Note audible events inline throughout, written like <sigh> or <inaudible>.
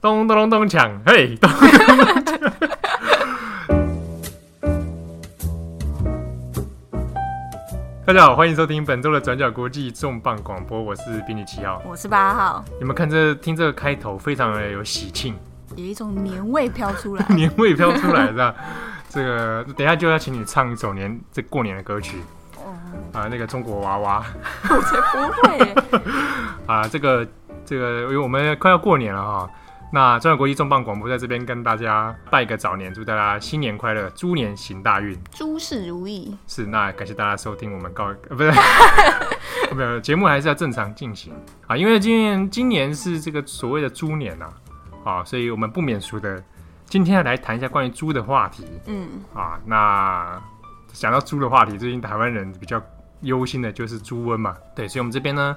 咚咚咚咚锵，嘿， <laughs> 咚大家好，欢迎收听本周的转角国际重磅广播，我是编辑七号。我是八号，你们看这听这个开头，非常的有喜庆，。有一种年味飘出来 <laughs> 年味飘出来，是吧？ <laughs> 这个等一下就要请你唱一首年这过年的歌曲哦，啊，那个中国娃娃 <laughs> 我才不会耶，啊，这个这个，因为我们快要过年了哈。那中华国际重磅广播在这边跟大家拜个早年，祝大家新年快乐，猪年行大运。诸事如意。是，那感谢大家收听我们告，呃、不是， <laughs> 没有节目还是要正常进行啊，因为今年今年是这个所谓的猪年呐、啊，啊，所以我们不免俗的，今天来谈一下关于猪的话题 <laughs> 嗯，啊。那想到猪的话题，最近台湾人比较忧心的就是猪瘟嘛，对，所以我们这边呢，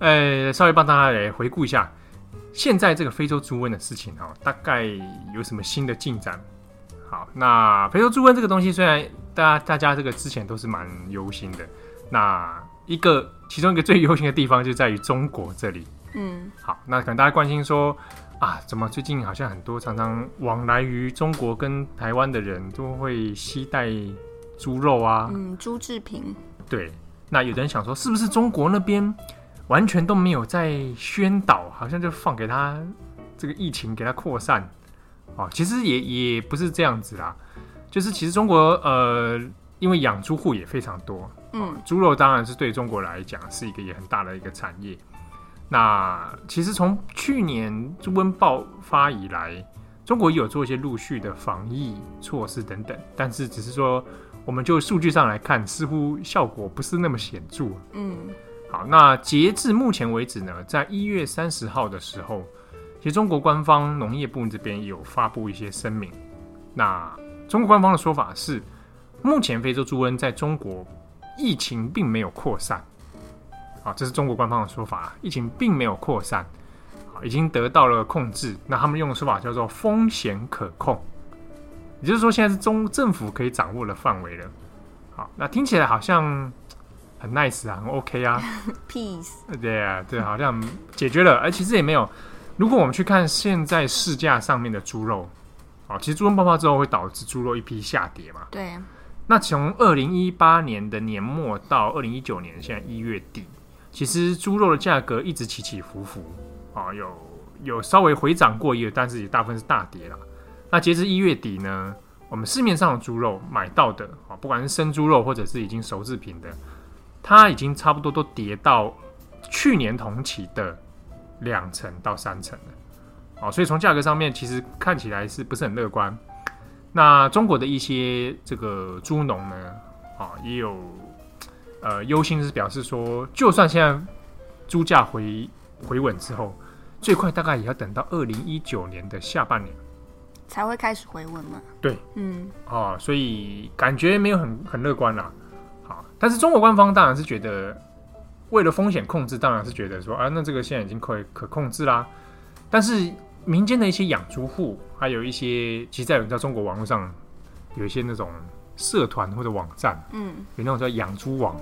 呃，稍微帮大家来回顾一下现在这个非洲猪瘟的事情哦，大概有什么新的进展？好，那非洲猪瘟这个东西，虽然大家大家这个之前都是蛮忧心的，那一个其中一个最忧心的地方就在于中国这里。嗯，好，那可能大家关心说啊，怎么最近好像很多常常往来于中国跟台湾的人都会携带猪肉啊？嗯，朱志平，对，那有的人想说，是不是中国那边完全都没有在宣导，好像就放给他这个疫情给他扩散？哦，其实也也不是这样子啦，就是其实中国呃，因为养猪户也非常多，嗯猪肉当然是对中国来讲是一个也很大的一个产业。那其实从去年猪瘟爆发以来，中国也有做一些陆续的防疫措施等等，但是只是说，我们就数据上来看，似乎效果不是那么显著。嗯好，那截至目前为止呢，在一月三十号的时候，其实中国官方农业部这边有发布一些声明。那中国官方的说法是，目前非洲猪瘟在中国疫情并没有扩散。好，这是中国官方的说法，疫情并没有扩散，啊好，已经得到了控制。那他们用的说法叫做风险可控，也就是说现在是中政府可以掌握的范围了。好，那听起来好像很 nice 啊，很 OK 啊， ，peace，对啊，对，好像解决了，哎而其实也没有。如果我们去看现在市价上面的猪肉，哦，其实猪瘟爆发之后会导致猪肉一批下跌嘛。对，那从二零一八年的年末到二零一九年现在一月底，其实猪肉的价格一直起起伏伏，哦，有有稍微回涨过一月，但是也大部分是大跌啦。那截至一月底呢，我们市面上的猪肉买到的，哦，不管是生猪肉或者是已经熟制品的，它已经差不多都跌到去年同期的两成到三成了。哦，所以从价格上面其实看起来是不是很乐观？那中国的一些这个猪农呢，啊，也有呃忧心，是表示说，就算现在猪价回回稳之后，最快大概也要等到二零一九年的下半年才会开始回稳嘛。对，嗯啊，所以感觉没有很很乐观啦。好，但是中国官方当然是觉得，为了风险控制，当然是觉得说啊，那这个现在已经可以可控制啦。但是民间的一些养猪户，还有一些，其实在你知道中国网络上有一些那种社团或者网站，嗯，有那种叫养猪网，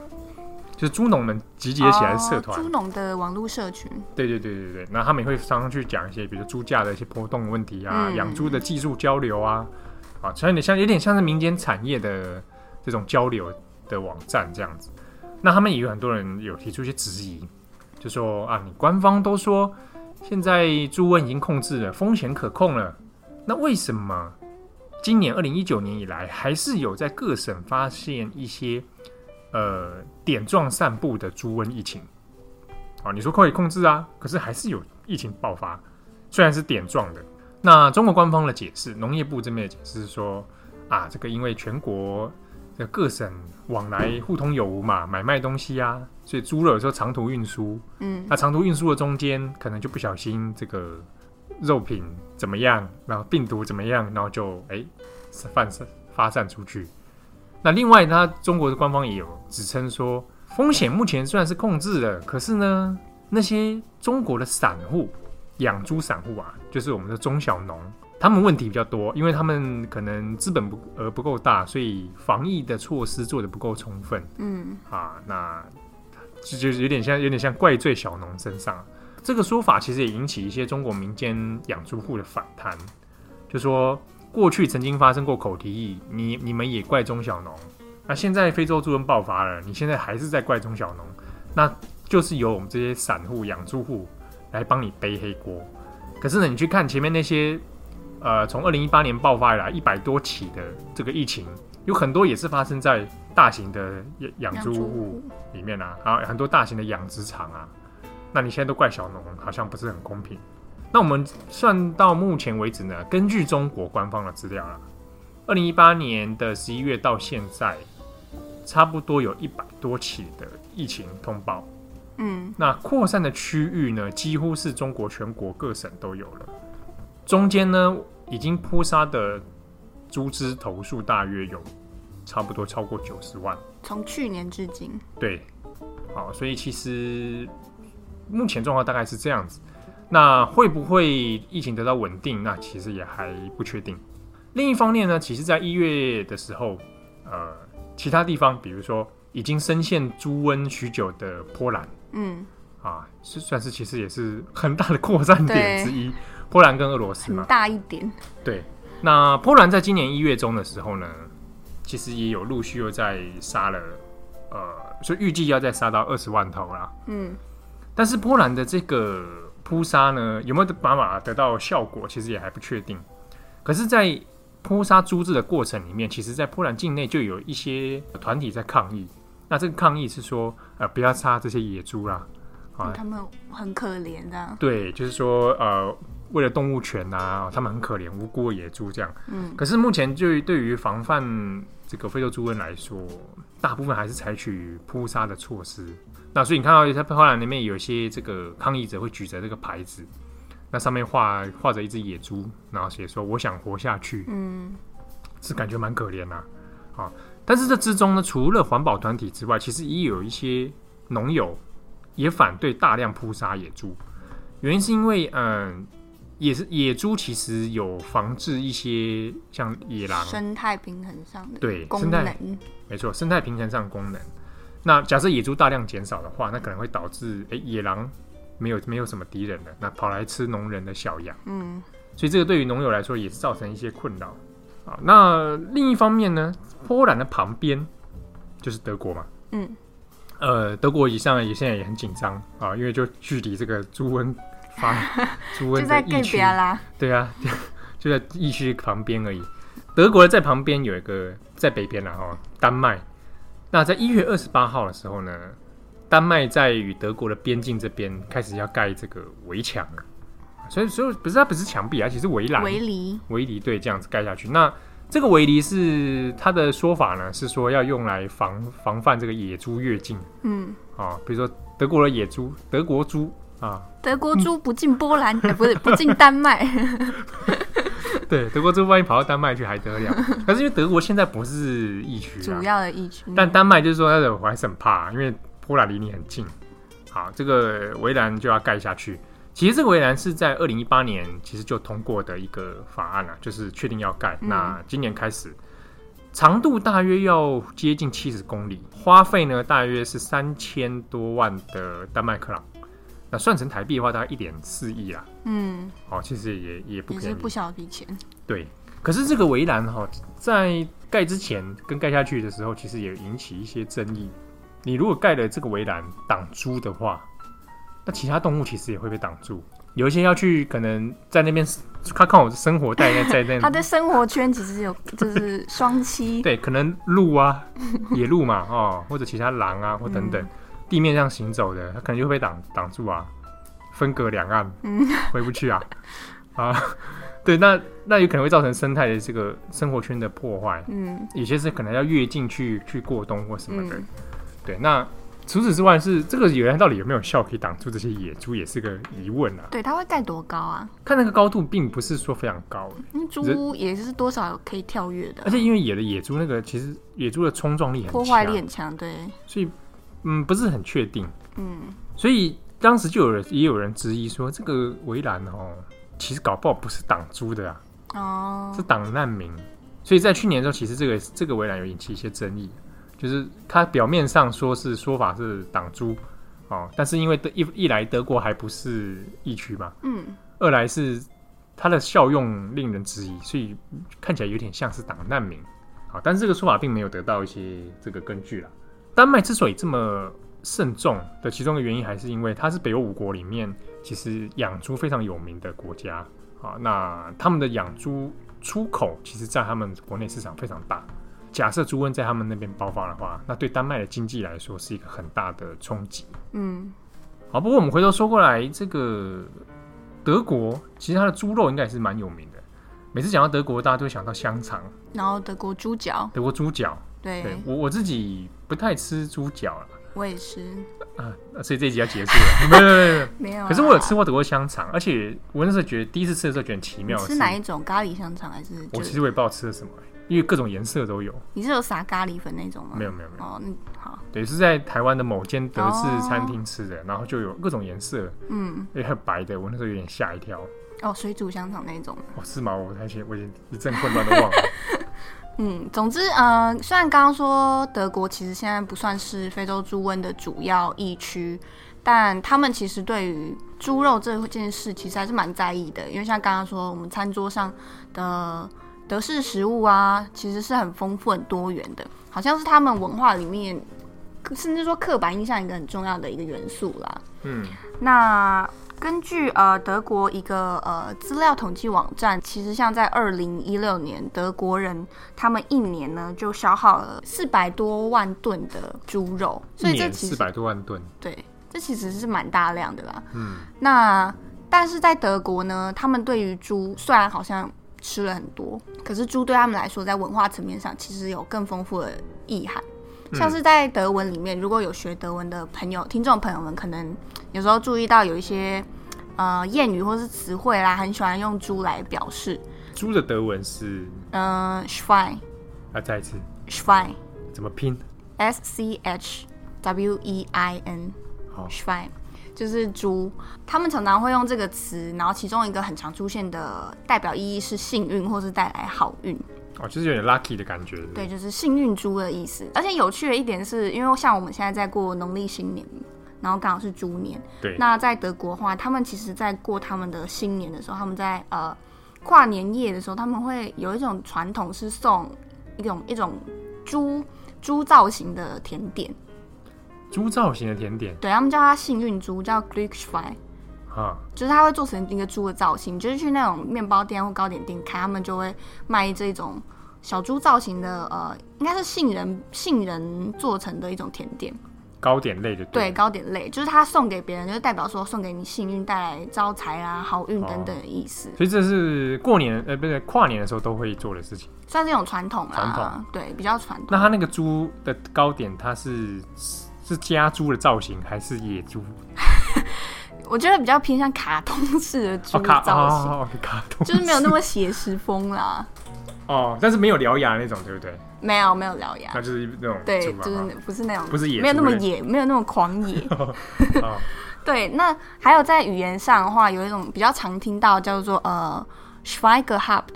就是猪农们集结起来的社团哦。猪农的网络社群，对对对对对，那他们也会常常去讲一些，比如猪价的一些波动问题啊，嗯养猪的技术交流啊，啊，所以你像有点像是民间产业的这种交流的网站这样子。那他们也有很多人有提出一些质疑，就说啊，你官方都说现在猪瘟已经控制了，风险可控了，那为什么今年二零一九年以来还是有在各省发现一些呃点状散布的猪瘟疫情？啊，你说可以控制啊，可是还是有疫情爆发，虽然是点状的。那中国官方的解释，农业部这边的解释是说，啊，这个因为全国的各省往来互通有无嘛，买卖东西啊，所以猪肉有时候长途运输，嗯那长途运输的中间可能就不小心这个肉品怎么样，然后病毒怎么样，然后就哎散发散出去。那另外，它中国的官方也有指称说，风险目前虽然是控制了，可是呢，那些中国的散户养猪散户啊，就是我们的中小农，他们问题比较多，因为他们可能资本不呃不够大，所以防疫的措施做得不够充分。嗯，啊，那就就有点像有点像怪罪小农身上。这个说法其实也引起一些中国民间养猪户的反弹，就说过去曾经发生过口蹄疫，你你们也怪中小农，那现在非洲猪瘟爆发了，你现在还是在怪中小农，那就是由我们这些散户养猪户来帮你背黑锅。可是呢，你去看前面那些，呃，从二零一八年爆发以来一百多起的这个疫情，有很多也是发生在大型的养养猪户。里面啊，还有很多大型的养殖场啊，那你现在都怪小农，好像不是很公平。那我们算到目前为止呢，根据中国官方的资料啦，二零一八年的十一月到现在，差不多有一百多起的疫情通报。嗯，那扩散的区域呢，几乎是中国全国各省都有了。中间呢，已经扑杀的猪只头数大约有差不多超过九十万。从去年至今，对，好，所以其实目前状况大概是这样子。那会不会疫情得到稳定？那其实也还不确定。另一方面呢，其实在一月的时候，呃，其他地方，比如说已经深陷猪瘟许久的波兰嗯，啊，是算是其实也是很大的扩散点对之一。波兰跟俄罗斯很嘛，大一点，对，那波兰在今年一月中的时候呢，其实也有陆续又在杀了，呃，所以预计要再杀到二十万头啦。嗯，但是波兰的这个扑杀呢，有没有办法得到效果，其实也还不确定。可是，在扑杀猪只的过程里面，其实在波兰境内就有一些团体在抗议。那这个抗议是说，呃，不要杀这些野猪啦，啊，他们很可怜的啊，对，就是说呃，为了动物权啊，他们很可怜，无辜的野猪这样。嗯可是目前就对于防范这个非洲猪瘟来说，大部分还是采取扑杀的措施。那所以你看到在波兰里面有一些这个抗议者会举着这个牌子，那上面画画着一只野猪，然后写说“我想活下去”，嗯，是感觉蛮可怜呐、啊，但是这之中呢，除了环保团体之外，其实也有一些农友也反对大量扑杀野猪，原因是因为，嗯，也是野猪其实有防治一些像野狼，生态平衡上的对功生态能，没错，生态平衡上的功能。那假设野猪大量减少的话，那可能会导致，诶、野狼没有没有什么敌人了，那跑来吃农人的小羊。嗯，所以这个对于农友来说也是造成一些困扰啊。那另一方面呢，波兰的旁边就是德国嘛，嗯，呃，德国以上也现在也很紧张啊，因为就距离这个猪瘟 <laughs> 发猪瘟就在的更疫区别，啦，对啊，就在疫区旁边而已。德国在旁边有一个在北边啦、哦，丹麦。那在一月二十八号的时候呢，丹麦在与德国的边境这边开始要盖这个围墙了，所以所以不是它不是墙壁啊，而且是围栏，围篱，围篱对这样子盖下去。那这个围篱是它的说法呢，是说要用来防防范这个野猪越境嗯，啊，比如说德国的野猪、德国猪啊， <laughs> 德国猪不进波兰，呃不是不进丹麦，对，德国猪万一跑到丹麦去还得了？可是因为德国现在不是疫区啊主，要的疫区，但丹麦就是说，那我还是很怕，因为波兰离你很近。好，这个围栏就要盖下去。其实这个围栏是在二零一八年其实就通过的一个法案了、啊就是确定要盖。嗯那今年开始，长度大约要接近七十公里，花费呢大约是三千多万的丹麦克朗。那算成台币的话，大概一点四亿啦。嗯，哦，其实也也不也便是宜不。小笔钱，对，可是这个围栏哈，在盖之前跟盖下去的时候，其实也引起一些争议。你如果盖了这个围栏挡猪的话，那其他动物其实也会被挡住。有一些要去可能在那边，他看我生活在那在他那，的生活圈其实有就是双 <laughs> 栖，对，可能鹿啊、野鹿嘛，哦，或者其他狼啊，或等等，嗯地面上行走的，它可能就会被挡挡住啊，分隔两岸，嗯回不去啊，啊，对，那那有可能会造成生态的这个生活圈的破坏。嗯有些是可能要越境去去过冬或什么的。嗯，对，那除此之外是这个原来到底有没有效可以挡住这些野猪，也是个疑问啊。对，它会盖多高啊？看那个高度，并不是说非常高，因为猪也是多少可以跳跃的啊，而且因为野的野猪那个其实野猪的冲撞力很 <laughs> 破坏强，力很强，对，所以嗯不是很确定，嗯，所以当时就有人也有人质疑说这个围栏哦，其实搞不好不是挡猪的啊，哦是，挡难民。所以在去年的时候，其实这个这个围栏有引起一些争议，就是它表面上说是说法是挡猪，哦，但是因为德一一来德国还不是疫区嘛，嗯，二来是它的效用令人质疑，所以看起来有点像是党难民。好，但是这个说法并没有得到一些这个根据啦。丹麦之所以这么慎重的其中一个原因，还是因为它是北欧五国里面其实养猪非常有名的国家啊。那他们的养猪出口其实在他们国内市场非常大。假设猪瘟在他们那边爆发的话，那对丹麦的经济来说是一个很大的冲击。嗯，好，不过我们回头说过来，这个德国其实它的猪肉应该也是蛮有名的。每次讲到德国，大家都会想到香肠、然后德国猪脚，德国猪脚。对对我我自己不太吃猪脚了我也是啊，所以这一集要结束了。没 <laughs> 有没有没有 <laughs> 没有，没有啊、可是我有吃过德国香肠，而且我那时候觉得第一次吃的时候觉得很奇你妙的是。吃哪一种咖喱香肠还是就我其实我也不知道吃了什么、欸因为各种颜色都有。你是有撒咖喱粉那种吗？没有没有没有，哦，那好，对，是在台湾的某间哦德式餐厅吃的，然后就有各种颜色，嗯，也很白的，我那时候有点吓一跳。哦，水煮香肠那种，哦，是吗？我而且我已经一阵混乱都忘了。嗯，总之，呃，虽然刚刚说德国其实现在不算是非洲猪瘟的主要疫区，但他们其实对于猪肉这件事其实还是蛮在意的，因为像刚刚说，我们餐桌上的德式食物啊，其实是很丰富、很多元的，好像是他们文化里面，甚至说刻板印象一个很重要的一个元素啦。嗯，那根据呃德国一个呃资料统计网站，其实像在二零一六年，德国人他们一年呢就消耗了四百多万吨的猪肉，所一以这年其四实百多万吨，对，这其实是蛮大量的啦。嗯，那但是在德国呢，他们对于猪虽然好像吃了很多，可是猪对他们来说，在文化层面上其实有更丰富的意涵。像是在德文里面，如果有学德文的朋友、听众朋友们，可能有时候注意到有一些呃谚语或是词汇啦，很喜欢用猪来表示。猪的德文是嗯、呃、，Schwein 啊，再一次 Schwein 怎么拼？ S C H W E I N 好 Schwein，就是猪。他们常常会用这个词，然后其中一个很常出现的代表意义是幸运或是带来好运，哦，就是有点 lucky 的感觉。是不是对，，就是幸运猪的意思。而且有趣的一点是，因为像我们现在在过农历新年，然后刚好是猪年，对那在德国的话，他们其实在过他们的新年的时候，他们在呃跨年夜的时候，他们会有一种传统是送一种一种猪猪造型的甜点，猪造型的甜点对他们叫它幸运猪，叫 g l ü c k s f r e 啊，就是它会做成一个猪的造型，就是去那种面包店或糕点店开，他们就会卖这种小猪造型的，呃，应该是杏仁杏仁做成的一种甜点，糕点类的对，糕点类，就是它送给别人，就是代表说送给你幸运带来招财啊、好运等哦等的意思，所以这是过年呃，不是跨年的时候都会做的事情。算是一种传统啦，传统对，比较传统。那它那个猪的糕点，它是是家猪的造型还是野猪？我觉得比较偏向卡通式的猪哦卡造型，哦哦卡通就是没有那么写实风啦，哦，但是没有獠牙那种，对不对？没有没有獠牙，那就是那种对猪，嘛就是不是那种，不是野没有那么猪类野，没有那么狂野。 <laughs> 哦对，那还有在语言上的话，有一种比较常听到叫做呃 s c h w e i g e h a b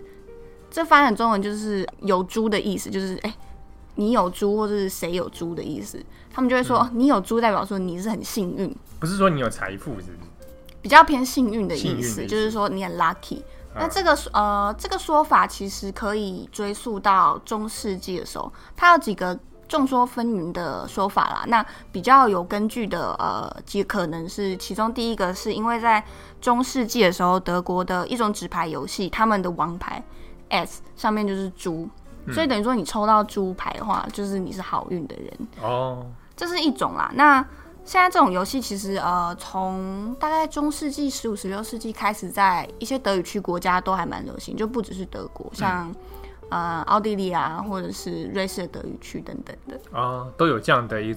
这翻成中文就是有猪的意思，就是哎、你有猪或者是谁有猪的意思。他们就会说、嗯哦你有猪，代表说你是很幸运，不是说你有财富，是不是？比较偏幸运的幸运意的思，意思就是说你很 lucky。那啊这个呃，这个说法其实可以追溯到中世纪的时候，它有几个众说纷纭的说法啦。那比较有根据的呃，几可能是其中第一个是因为在中世纪的时候，德国的一种纸牌游戏，他们的王牌 S 上面就是猪，嗯所以等于说你抽到猪牌的话，就是你是好运的人。哦，这是一种啦。那现在这种游戏其实呃，从大概中世纪十五、十六世纪开始，在一些德语区国家都还蛮流行，就不只是德国，像、呃奥地利啊，或者是瑞士的德语区等等的。啊，都有这样的一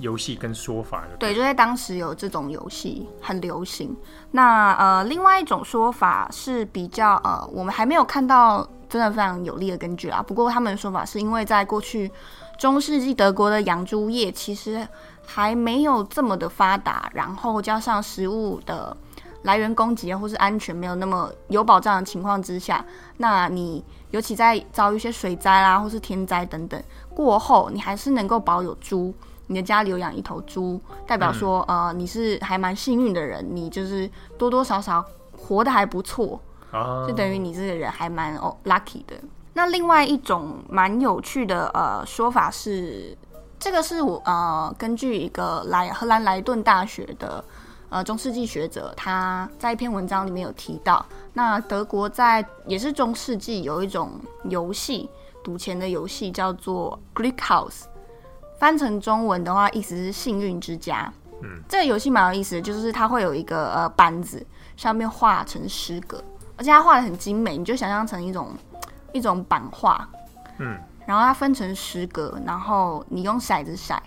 游戏跟说法的。对，就在当时有这种游戏很流行。那呃，另外一种说法是比较呃，我们还没有看到真的非常有力的根据啊。不过他们的说法是因为在过去中世纪德国的养猪业其实还没有这么的发达，然后加上食物的来源供给啊或是安全没有那么有保障的情况之下，那你尤其在遭遇一些水灾啦、或是天灾等等过后，你还是能够保有猪。你的家里有养一头猪，代表说、呃你是还蛮幸运的人，你就是多多少少活得还不错，啊，就等于你这个人还蛮哦 lucky 的。那另外一种蛮有趣的呃说法是，这个是我呃根据一个莱荷兰莱顿大学的呃中世纪学者，他在一篇文章里面有提到，那德国在也是中世纪有一种游戏，赌钱的游戏叫做 Greek House，翻成中文的话意思是幸运之家。嗯，这个游戏蛮有意思的，就是它会有一个呃板子，上面画成十个，而且它画的很精美，你就想象成一种一种版画，嗯，然后它分成十格，然后你用骰子骰，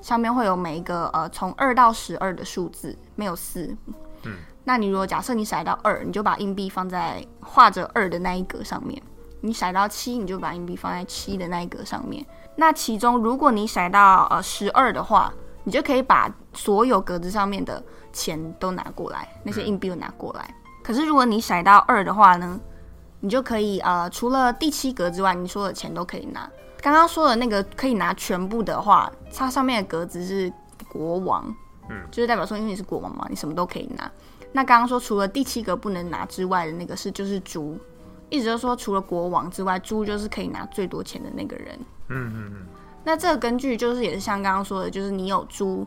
上面会有每一个呃从二到十二的数字，没有四。嗯，那你如果假设你骰到二，你就把硬币放在画着二的那一格上面；你骰到七，你就把硬币放在七的那一格上面。那其中如果你骰到呃十二的话，你就可以把所有格子上面的钱都拿过来，嗯那些硬币都拿过来。可是如果你骰到二的话呢，你就可以呃，除了第七格之外，你所有的钱都可以拿。刚刚说的那个可以拿全部的话，它上面的格子是国王，嗯，就是代表说，因为你是国王嘛，你什么都可以拿。那刚刚说除了第七格不能拿之外的那个是就是猪，一直就说除了国王之外，猪就是可以拿最多钱的那个人。嗯嗯嗯，那这个根据就是也是像刚刚说的，就是你有猪，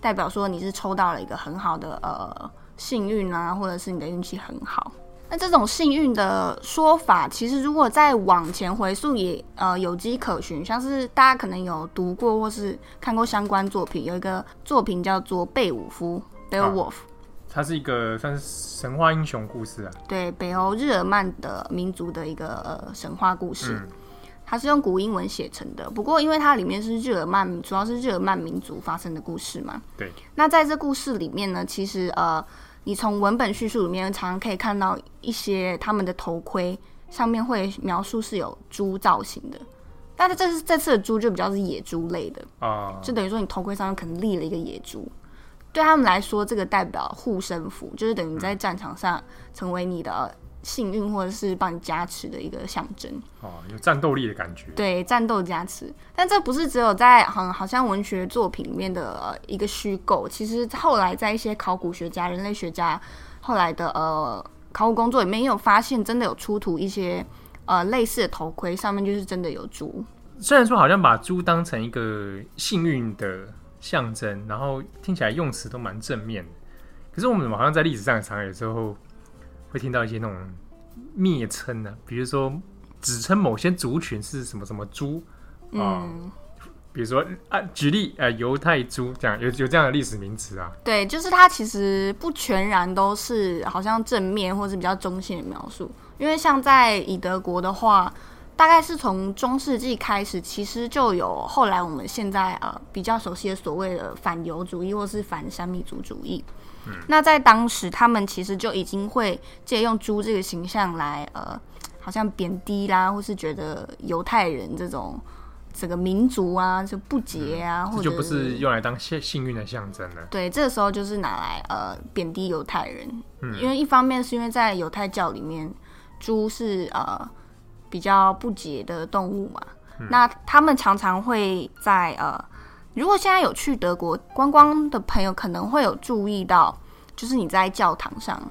代表说你是抽到了一个很好的呃幸运啊，或者是你的运气很好。那这种幸运的说法，其实如果再往前回溯也呃有迹可循，像是大家可能有读过或是看过相关作品，有一个作品叫做贝武夫 （Beowulf），、它是一个算是神话英雄故事啊，对北欧日耳曼的民族的一个呃神话故事。嗯它是用古英文写成的，不过因为它里面是日耳曼，主要是日耳曼民族发生的故事嘛。对。那在这故事里面呢，其实呃，你从文本叙述里面常常可以看到一些他们的头盔上面会描述是有猪造型的，但是这是这次的猪就比较是野猪类的，啊，就等于说你头盔上面可能立了一个野猪。对他们来说，这个代表护身符，就是等于在战场上成为你的幸运或者是帮你加持的一个象征。哦，有战斗力的感觉，对战斗加持，但这不是只有在好好像文学作品里面的、呃一个虚构，其实后来在一些考古学家、人类学家后来的呃考古工作里面，也有发现真的有出土一些呃类似的头盔，上面就是真的有猪。虽然说好像把猪当成一个幸运的象征，然后听起来用词都蛮正面的，可是我们好像在历史上常有时候会听到一些那种蔑称呢、啊，比如说指称某些族群是什么什么猪啊、嗯，比如说啊，举例啊，呃犹、太猪这样有有这样的历史名词啊，对，就是它其实不全然都是好像正面或是比较中性的描述，因为像在以德国的话，大概是从中世纪开始，其实就有后来我们现在呃比较熟悉的所谓的反犹主义或是反山民族主义。嗯那在当时，他们其实就已经会借用猪这个形象来呃，好像贬低啦，或是觉得犹太人这种整个民族啊就不洁啊，或嗯这者就不是用来当幸幸运的象征了。对，这个时候就是拿来呃贬低犹太人，嗯因为一方面是因为在犹太教里面，猪是呃比较不洁的动物嘛，那他们常常会在呃，如果现在有去德国观光的朋友，可能会有注意到，就是你在教堂上啊，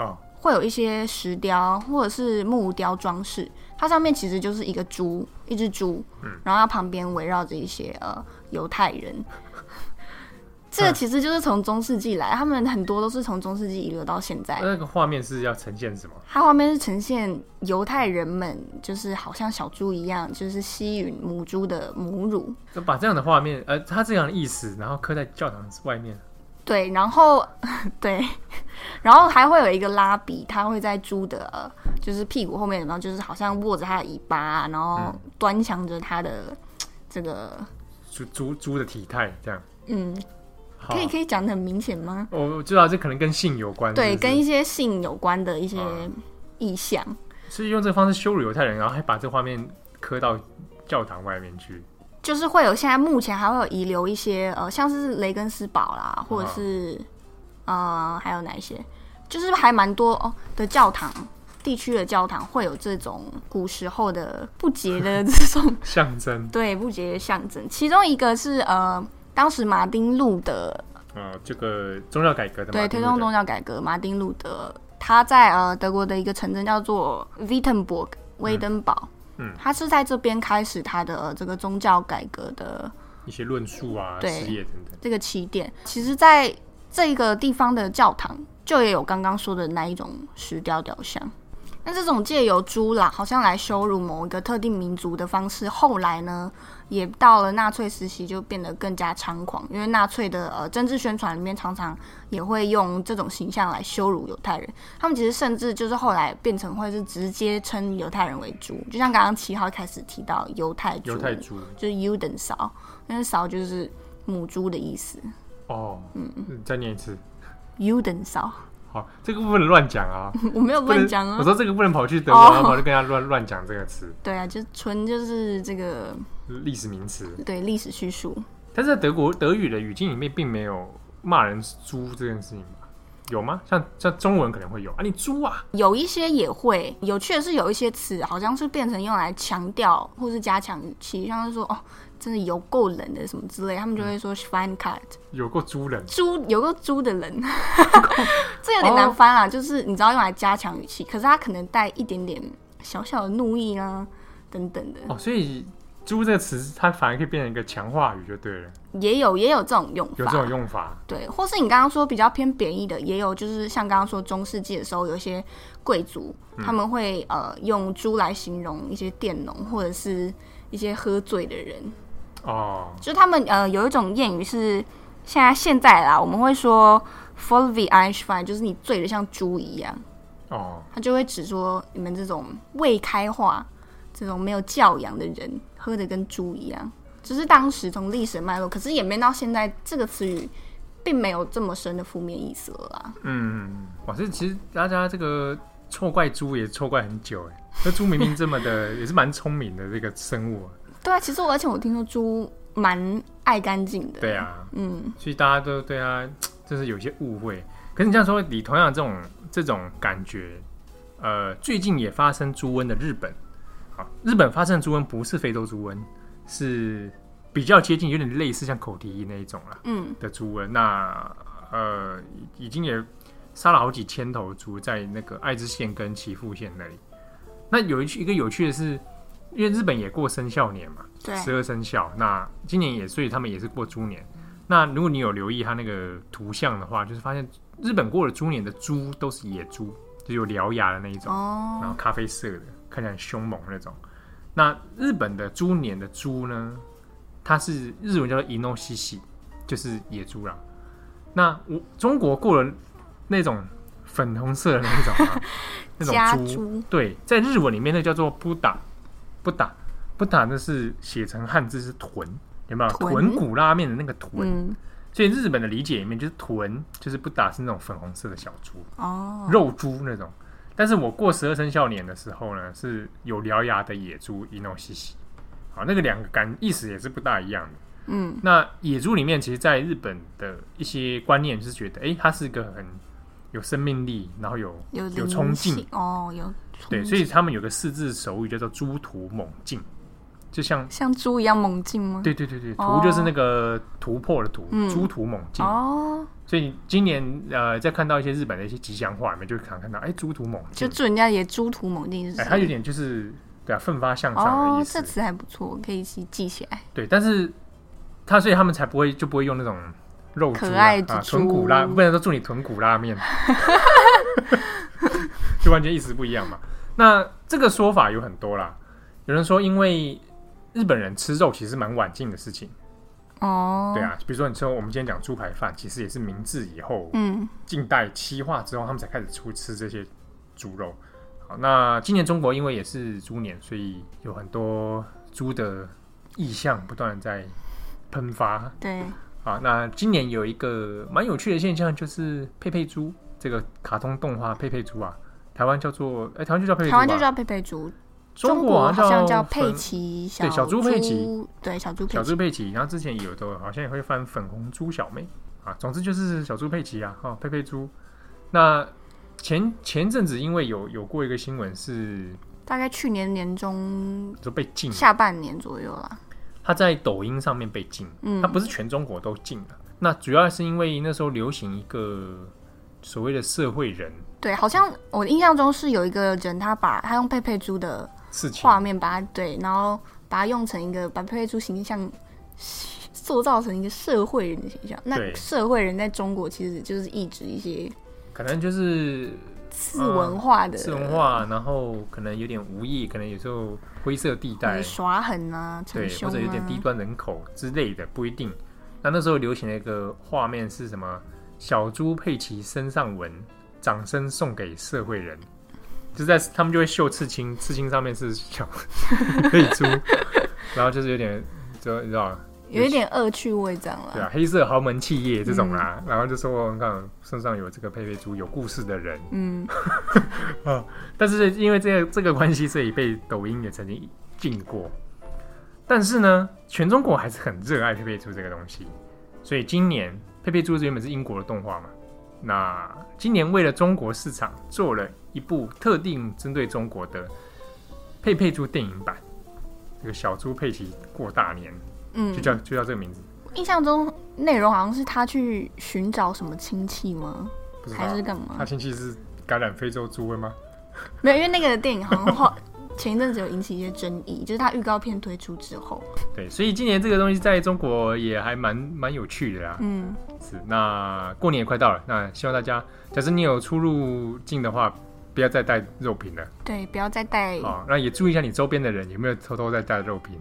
哦，会有一些石雕或者是木雕装饰，它上面其实就是一个猪，一只猪，然后它旁边围绕着一些呃犹太人。 <laughs> 这个其实就是从中世纪来，他们很多都是从中世纪遗留到现在。那个画面是要呈现什么？它画面是呈现犹太人们就是好像小猪一样，就是吸吮母猪的母乳，就把这样的画面，呃，它这样的意思，然后刻在教堂外面。对，然后对，然后还会有一个拉比，他会在猪的，呃就是屁股后面，然后就是好像握着它的尾巴，然后嗯端详着它的这个，猪猪猪的体态这样。嗯，好可以可以讲的很明显吗？我我知道这可能跟性有关，对，是不是跟一些性有关的一些嗯意象，所以用这个方式羞辱犹太人，然后还把这画面刻到教堂外面去。就是会有现在目前还会有遗留一些，呃，像是雷根斯堡啦，或者嗯是、呃，还有哪一些，就是还蛮多哦的教堂。地区的教堂会有这种古时候的不洁的这种象征对不洁的象征。其中一个是呃，当时马丁路德呃，这个宗教改革的对嘛，推不动宗教改革，马丁路德他在呃德国的一个城镇叫做 Wittenberg 威登堡，嗯他是在这边开始他的、呃这个宗教改革的一些论述啊、对事业等等。这个起点。其实，在这个地方的教堂就也有刚刚说的那一种石雕雕像。那这种借由猪啦，好像来羞辱某一个特定民族的方式，后来呢，也到了纳粹时期就变得更加猖狂，因为纳粹的呃政治宣传里面常常也会用这种形象来羞辱犹太人。他们其实甚至就是后来变成会是直接称犹太人为猪，就像刚刚七号一开始提到犹太猪，犹太猪就是 Juden 勺，那勺就是母猪的意思哦，嗯，再念一次。 ，Juden 勺， <laughs> 好，这个不能乱讲啊，我没有不能 <laughs> 乱讲我啊。说这个不能跑去德国，哦然后跑去跟他乱乱讲这个词，对啊，就是纯就是这个历史名词。对历史叙述，但是在德国德语的语境里面，并没有骂人是猪这件事情吧？有吗？像像中文可能会有啊，你猪啊，有一些也会有趣的是，有一些词好像是变成用来强调或是加强语气，像是说哦，真的有够冷的什么之类，他们就会说 “fine cut”，有过猪人猪有个猪的 <laughs> 人，这有点哦难翻啦。就是你知道用来加强语气，可是它可能带一点点小小的怒意啊等等的。哦，所以猪这个词它反而可以变成一个强化语就对了，也有也有这种用法，有这种用法。对，或是你刚刚说比较偏贬义的，也有就是像刚刚说中世纪的时候，有一些贵族、他们会呃用猪来形容一些佃农或者是一些喝醉的人，哦，就是他们呃有一种谚语是现在现在啦，我们会说 f o l v i e i s h w e i 就是你醉的像猪一样，哦，他就会指说你们这种未开化、这种没有教养的人，喝的跟猪一样。就是当时从历史脉络，可是演变到现在，这个词语并没有这么深的负面意思了啦。嗯，哇，这其实大家这个错怪猪也错怪很久哎，那猪明明这么的也是蛮聪明的这个生物啊，对啊，其实我而且我听说猪蛮爱干净的。对，啊，嗯，所以大家都对它就是有些误会。可是你这样说，你同样这种这种感觉，呃，最近也发生猪瘟的日本，啊，日本发生的猪瘟不是非洲猪瘟，是比较接近，有点类似像口蹄疫那一种啦。嗯，的猪瘟，那呃已经也杀了好几千头猪在那个爱知县跟岐阜县那里。那有一一个有趣的是，因为日本也过生肖年嘛，对，十二生肖，那今年也所以他们也是过猪年。那如果你有留意它那个图像的话，就是发现日本过了猪年的猪都是野猪，就有獠牙的那一种。然哦，后咖啡色的，看起来很凶猛那种。那日本的猪年的猪呢，它是日文叫做 inoshishi，就是野猪啦。那我中国过了那种粉红色的那种、 <laughs> 啊，那家种猪对，在日文里面那叫做不打不打不打，那是写成汉字是豚，有没有？豚豚骨拉面的那个豚，嗯，所以日本的理解里面就是豚，就是不打是那种粉红色的小猪。哦，肉猪那种。但是我过十二生肖年的时候呢，是有獠牙的野猪伊诺西西，好，那个两个感意思也是不大一样的。嗯，那野猪里面，其实在日本的一些观念是觉得，诶，它是一个很有生命力，然后有有有冲劲灵性，哦，有冲对，所以他们有个四字手语叫做“猪突猛进”，就像像猪一样猛进吗？对对对对，哦突就是那个突破的突，嗯猪突猛进。哦，所以今年呃，在看到一些日本的一些吉祥话里面，就常看到，诶，猪突猛就进，祝人家也猪图猛进是哎，什它有么？点就是对啊，奋发向上的哦意，这思。词还不错，可以记记起来。对，但是他所以他们才不会就不会用那种肉猪、啊、可爱之啊、猪豚骨拉，不能说祝你豚骨拉 <laughs> 面，就完全意思不一样嘛。那这个说法有很多啦，有人说因为日本人吃肉其实蛮晚进的事情，哦，对，啊，比如说你说我们今天讲猪排饭，其实也是明治以后嗯，近代西化之后，他们才开始出吃这些猪肉。好，那今年中国因为也是猪年，所以有很多猪的意象不断地在喷发对，啊。那今年有一个蛮有趣的现象，就是佩佩猪这个卡通动画佩佩猪啊，台湾叫做哎、台湾就叫佩佩猪台吧，湾就叫佩佩猪，中国好像叫佩佩奇对小猪猪佩奇，对，小猪小佩奇，猪佩奇，然后之前有的好像也会翻粉红猪小妹啊，总之就是小猪佩奇啊，哈、佩佩猪。那前前阵子因为有有过一个新闻是大概去年年中说被禁，下半年左右啦。它在抖音上面被禁，嗯啊它不是全中国都禁了。那主要是因为那时候流行一个所谓的社会人对，好像我印象中是有一个人，他把他用佩佩猪的事情，画面把它对，然后把它用成一个把佩佩猪形象塑造成一个社会人的形象。那对社会人在中国其实就是抑制一些可能就是次文化的、嗯次文化，然后可能有点无意，可能有时候灰色地或者带，耍狠啊、对逞，凶或啊，者有点低端人口之类的，不一定。那那时候流行的一个画面是什么？小猪佩奇身上纹，掌声送给社会人。就在他们就会绣刺青，刺青上面是小佩猪，然后就是有点，就你知道，有一点恶趣味这样了。对啊，黑色豪门企业这种啦，然后就说你看身上有这个佩佩猪，有故事的人。嗯，但是因为这个这个关系，所以被抖音也曾经禁过。但是呢，全中国还是很热爱佩佩猪这个东西，所以今年佩佩猪原本是英国的动画嘛，那今年为了中国市场做了一部特定针对中国的佩佩猪电影版，这个小猪佩奇过大年，就嗯，叫就叫这个名字，印象中内容好像是他去寻找什么亲戚吗？不知道还是干他嘛？亲戚是感染非洲猪瘟吗？没有，因为那个电影好像 <laughs> 后前一阵子有引起一些争议，就是他预告片推出之后，对，所以今年这个东西在中国也还蛮蛮有趣的啦。嗯，是，那过年也快到了，那希望大家，假设你有出入境的话，不要再带肉品了对，不要再带啊、那也注意一下你周边的人有没有偷偷在带肉品。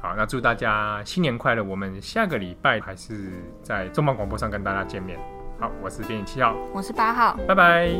好，那祝大家新年快乐！我们下个礼拜还是在重磅广播上跟大家见面。好，我是编辑七号，我是八号，拜拜。